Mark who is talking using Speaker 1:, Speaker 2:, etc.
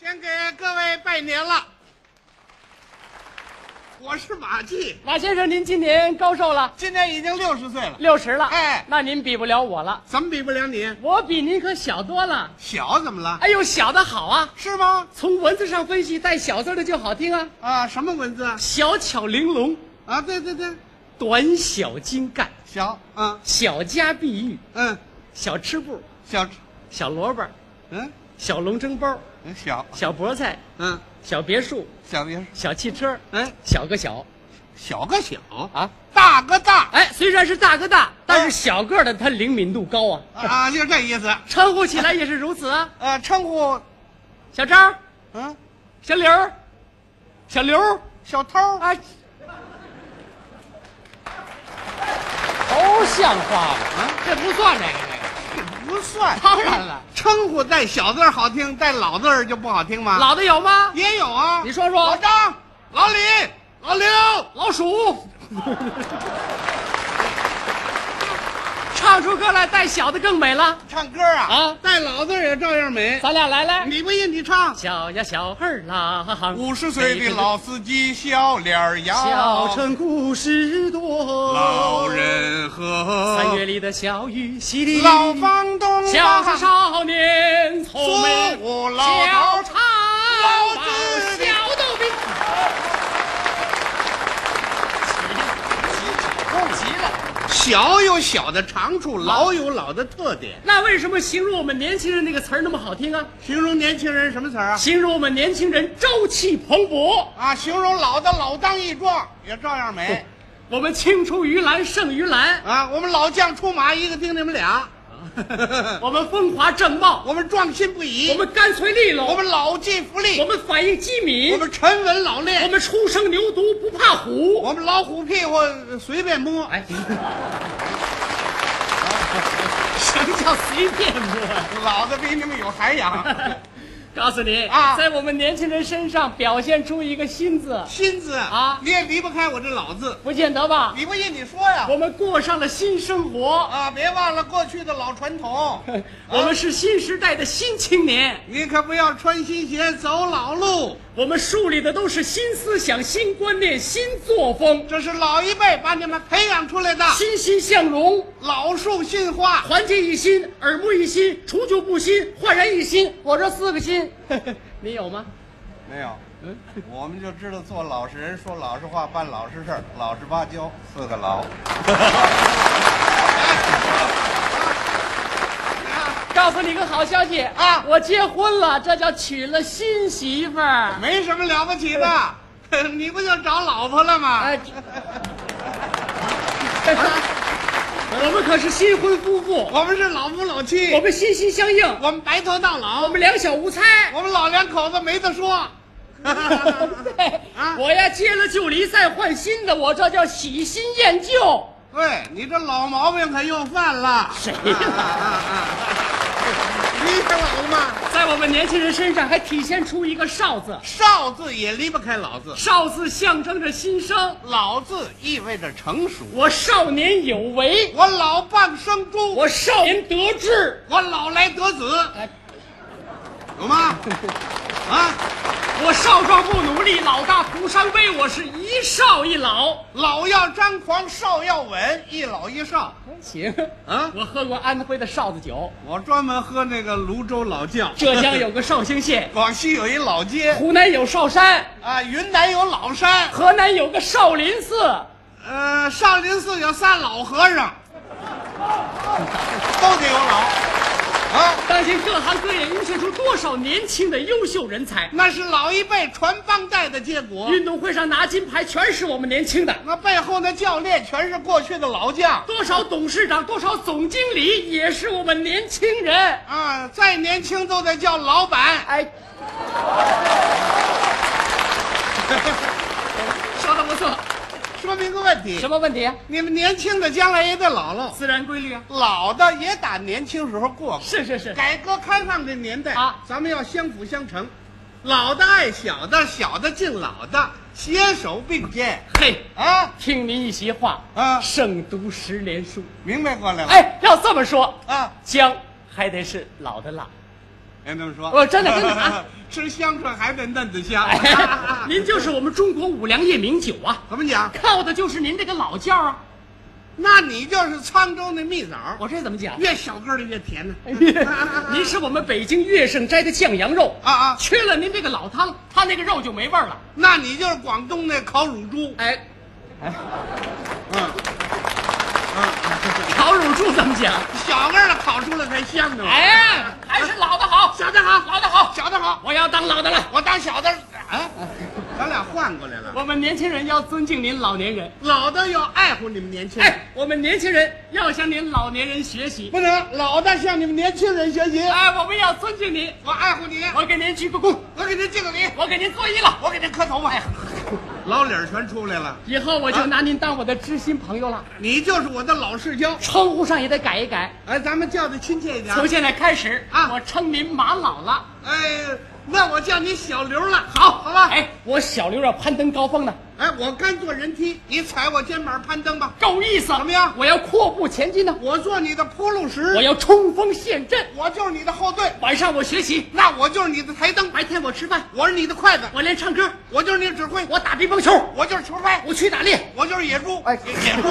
Speaker 1: 先给各位拜年了。我是马季，
Speaker 2: 马先生，您今年高寿了？
Speaker 1: 今年已经六十岁了，
Speaker 2: 六十了。
Speaker 1: 哎
Speaker 2: 那您比不了我了，
Speaker 1: 怎么比不了你？
Speaker 2: 我比您可小多了。
Speaker 1: 小怎么了？
Speaker 2: 哎呦，小的好啊！
Speaker 1: 是吗？
Speaker 2: 从文字上分析，带“小”字的就好听啊。
Speaker 1: 啊，什么文字啊？
Speaker 2: 小巧玲珑，
Speaker 1: 啊，对对对，
Speaker 2: 短小精干，
Speaker 1: 小，啊，
Speaker 2: 小家碧玉，
Speaker 1: 嗯，
Speaker 2: 小吃部，
Speaker 1: 小，
Speaker 2: 小萝卜，
Speaker 1: 嗯，
Speaker 2: 小笼蒸包，
Speaker 1: 小，
Speaker 2: 小菠菜，
Speaker 1: 嗯，
Speaker 2: 小别墅，
Speaker 1: 小别，
Speaker 2: 小汽车，
Speaker 1: 哎，
Speaker 2: 小个小
Speaker 1: 小个小，
Speaker 2: 啊。
Speaker 1: 大个大，
Speaker 2: 哎，虽然是大哥大，但
Speaker 1: 哎
Speaker 2: 是小个儿的他灵敏度高啊，
Speaker 1: 啊，就是这意思。
Speaker 2: 称呼起来也是如此啊。
Speaker 1: 呃，称呼，
Speaker 2: 小张，
Speaker 1: 嗯，
Speaker 2: 小刘儿，小刘儿。
Speaker 1: 小偷，
Speaker 2: 啊，好像话吗？
Speaker 1: 啊，
Speaker 2: 这不算这个这个。
Speaker 1: 这不算。
Speaker 2: 当然了，
Speaker 1: 称呼带小字儿好听，带老字儿就不好听吗？
Speaker 2: 老的有吗？
Speaker 1: 也有啊，
Speaker 2: 你说说
Speaker 1: 老张、老李、老刘，
Speaker 2: 老鼠。唱出歌来，带小的更美了。
Speaker 1: 唱歌啊
Speaker 2: 啊
Speaker 1: 带老字儿也照样美。
Speaker 2: 咱俩来来，
Speaker 1: 你不信你唱。
Speaker 2: 小呀小二郎，
Speaker 3: 五十岁的老司机笑脸儿
Speaker 1: 啊
Speaker 2: 小
Speaker 3: 扬，
Speaker 2: 城故事多。
Speaker 3: 老人和
Speaker 2: 三月里的小雨淅沥，
Speaker 1: 老房东啊
Speaker 2: 小是少年聪明
Speaker 3: 苏。武老头
Speaker 2: 小
Speaker 3: 儿
Speaker 2: 长
Speaker 3: 老
Speaker 2: 毛
Speaker 3: 子的
Speaker 2: 小豆兵，急了，急了。
Speaker 1: 小有小的长处，老有老的特点。
Speaker 2: 那为什么形容我们年轻人那个词儿那么好听啊？
Speaker 1: 形容年轻人什么词儿啊？
Speaker 2: 形容我们年轻人朝气蓬勃，
Speaker 1: 啊，形容老的老当益壮也照样美。
Speaker 2: 我们青出于蓝胜于蓝，
Speaker 1: 啊，我们老将出马，一个顶你们俩。啊
Speaker 2: 我们风华正 茂，
Speaker 1: 我们壮心不
Speaker 2: 我
Speaker 1: 已，
Speaker 2: 们干脆利落，
Speaker 1: 我们老骥伏
Speaker 2: 我
Speaker 1: 枥，
Speaker 2: 们反应机敏
Speaker 1: 我，们沉稳老
Speaker 2: 我
Speaker 1: 练，
Speaker 2: 们初生牛犊不怕虎。
Speaker 1: 我们老虎屁股随便摸。
Speaker 2: 哎，什么叫随便摸呀？
Speaker 1: 老子比你们有涵 养，
Speaker 2: 告诉你
Speaker 1: 啊
Speaker 2: 在我们年轻人身上表现出一个“新”字，
Speaker 1: 心字
Speaker 2: 啊
Speaker 1: 你也离不开我这老字。
Speaker 2: 不见得吧？
Speaker 1: 你不信你说呀？
Speaker 2: 我们过上了新生活，
Speaker 1: 啊，别忘了过去的老传 统，
Speaker 2: 我们是新时代的新青年，
Speaker 1: 你可不要穿新鞋走老路，
Speaker 2: 我们树立的都是新思想、新观念、新作风，
Speaker 1: 这是老一辈把你们培养出来的。
Speaker 2: 欣欣向荣，
Speaker 1: 老树训 话，
Speaker 2: 团结一心，耳目一新，除旧布新，焕然一新。我这四个新， 你有吗？
Speaker 3: 没有，
Speaker 2: 嗯
Speaker 3: 我们就知道做老实人，说老实话，办老实事儿，老实巴交，四个老。
Speaker 2: 告诉你个好消息
Speaker 1: 啊
Speaker 2: 我结婚了，这叫娶了新媳妇儿。
Speaker 1: 没什么了不起的。 你不就找老婆了吗？
Speaker 2: 哎， 我们可是新婚夫妇，
Speaker 1: 我们是老夫老妻，
Speaker 2: 我们心心相印，
Speaker 1: 我们白头到老，
Speaker 2: 我们两小无猜。
Speaker 1: 我们老两口子没得 说。
Speaker 2: 对
Speaker 1: 啊，
Speaker 2: 我呀接了旧离，再换新的，我这叫喜新厌旧。
Speaker 1: 对你这老毛病可又犯了。
Speaker 2: 谁
Speaker 1: 啊
Speaker 2: 呀？
Speaker 1: 啊啊！你可老吗？
Speaker 2: 在我们年轻人身上还体现出一个少字，
Speaker 1: 少字也离不开老字，
Speaker 2: 少字象征着新生，
Speaker 1: 老字意味着成熟。
Speaker 2: 我少年有为，
Speaker 1: 我老蚌生珠，
Speaker 2: 我少年得志，
Speaker 1: 我老来得子，
Speaker 2: 哎
Speaker 1: 有吗？啊，
Speaker 2: 我少壮不努力，老大徒伤悲，我是一少一老。
Speaker 1: 老要张狂，少要稳，一老一少
Speaker 2: 行。
Speaker 1: 啊。
Speaker 2: 我喝过安徽的哨子酒，
Speaker 1: 我专门喝那个泸州老窖，，
Speaker 2: 浙江有个绍兴 县
Speaker 1: 广西有一老街
Speaker 2: 湖南有韶山，
Speaker 1: 啊，云南有老山，
Speaker 2: 河南有个少林寺，
Speaker 1: 呃，少林寺有仨老和尚， 都得有老啊。
Speaker 2: 当今各行各业涌现出多少年轻的优秀人才？
Speaker 1: 那是老一辈传帮带的结果。
Speaker 2: 运动会上拿金牌全是我们年轻的，
Speaker 1: 那背后的教练全是过去的老将
Speaker 2: 多少董事长，多少总经理也是我们年轻人。
Speaker 1: 啊，再年轻都得叫老板。
Speaker 2: 哎，说的不错，
Speaker 1: 说明个问题，
Speaker 2: 什么问题啊？
Speaker 1: 你们年轻的将来也得老了，
Speaker 2: 自然规律啊，
Speaker 1: 老的也打年轻时候过过。
Speaker 2: 是是是，
Speaker 1: 改革开放这年代
Speaker 2: 啊
Speaker 1: 咱们要相辅相成，老的爱小的，小的敬老的，携手并肩
Speaker 2: 嘿。
Speaker 1: 啊！
Speaker 2: 听您一席话
Speaker 1: 啊
Speaker 2: 胜读十年书。
Speaker 3: 明白过来了。
Speaker 2: 哎，要这么说
Speaker 1: 啊，
Speaker 2: 姜还得是老的辣，
Speaker 3: 别那么说，
Speaker 2: 哦真的真的啊
Speaker 1: 吃香椿还得嫩子香。
Speaker 2: 哎， 您就是我们中国五粮液名酒啊，
Speaker 1: 怎么讲？
Speaker 2: 靠的就是您这个老窖啊。
Speaker 1: 那你就是沧州那蜜枣，
Speaker 2: 我这怎么 讲？
Speaker 1: 越小个儿的越甜呢。
Speaker 2: 您是我们北京月盛斋的酱羊肉
Speaker 1: 啊啊
Speaker 2: 缺了您这个老汤，它那个肉就没味儿了。
Speaker 1: 那你就是广东那烤乳猪。
Speaker 2: 哎，
Speaker 1: 嗯嗯，
Speaker 2: 烤乳猪怎么讲？
Speaker 1: 小个儿的烤出来才香呢。
Speaker 2: 哎，还是老的好，
Speaker 1: 小的好，
Speaker 2: 老的好，
Speaker 1: 小的好，
Speaker 2: 我要当老的了。
Speaker 1: 我当小的。哎，咱俩换过来了。
Speaker 2: 我们年轻人要尊敬您老年人，
Speaker 1: 老的要爱护你们年轻人，
Speaker 2: 哎，我们年轻人要向您老年人学习。
Speaker 1: 不能老的向你们年轻人学习。
Speaker 2: 哎，我们要尊敬您，
Speaker 1: 我爱护你，
Speaker 2: 我给您鞠个躬，
Speaker 1: 我给您敬个礼，
Speaker 2: 我给您作揖了，哎
Speaker 1: 我给您磕头吧。老脸儿全出来了，
Speaker 2: 以后我就拿您当我的知心朋友了，
Speaker 1: 你就是我的老世交。
Speaker 2: 称呼上也得改一改。
Speaker 1: 哎，咱们叫的亲切一点。
Speaker 2: 从现在开始
Speaker 1: 啊
Speaker 2: 我称您马老了。
Speaker 1: 哎，那我叫你小刘了，
Speaker 2: 好，
Speaker 1: 好吧？
Speaker 2: 哎，我小刘要攀登高峰呢，
Speaker 1: 哎，我甘做人梯，你踩我肩膀攀登吧。
Speaker 2: 够意思。怎
Speaker 1: 么样
Speaker 2: 我要阔步前进呢，
Speaker 1: 我做你的铺路石，
Speaker 2: 我要冲锋陷阵。
Speaker 1: 我就是你的后盾，
Speaker 2: 晚上我学习，
Speaker 1: 那我就是你的台灯，
Speaker 2: 白天我吃饭，
Speaker 1: 我是你的筷子，
Speaker 2: 我练唱歌，
Speaker 1: 我就是你的指挥，
Speaker 2: 我打乒乓球，
Speaker 1: 我就是球拍，
Speaker 2: 我去打猎。
Speaker 1: 我就是野猪，
Speaker 2: 哎
Speaker 1: 野野猪。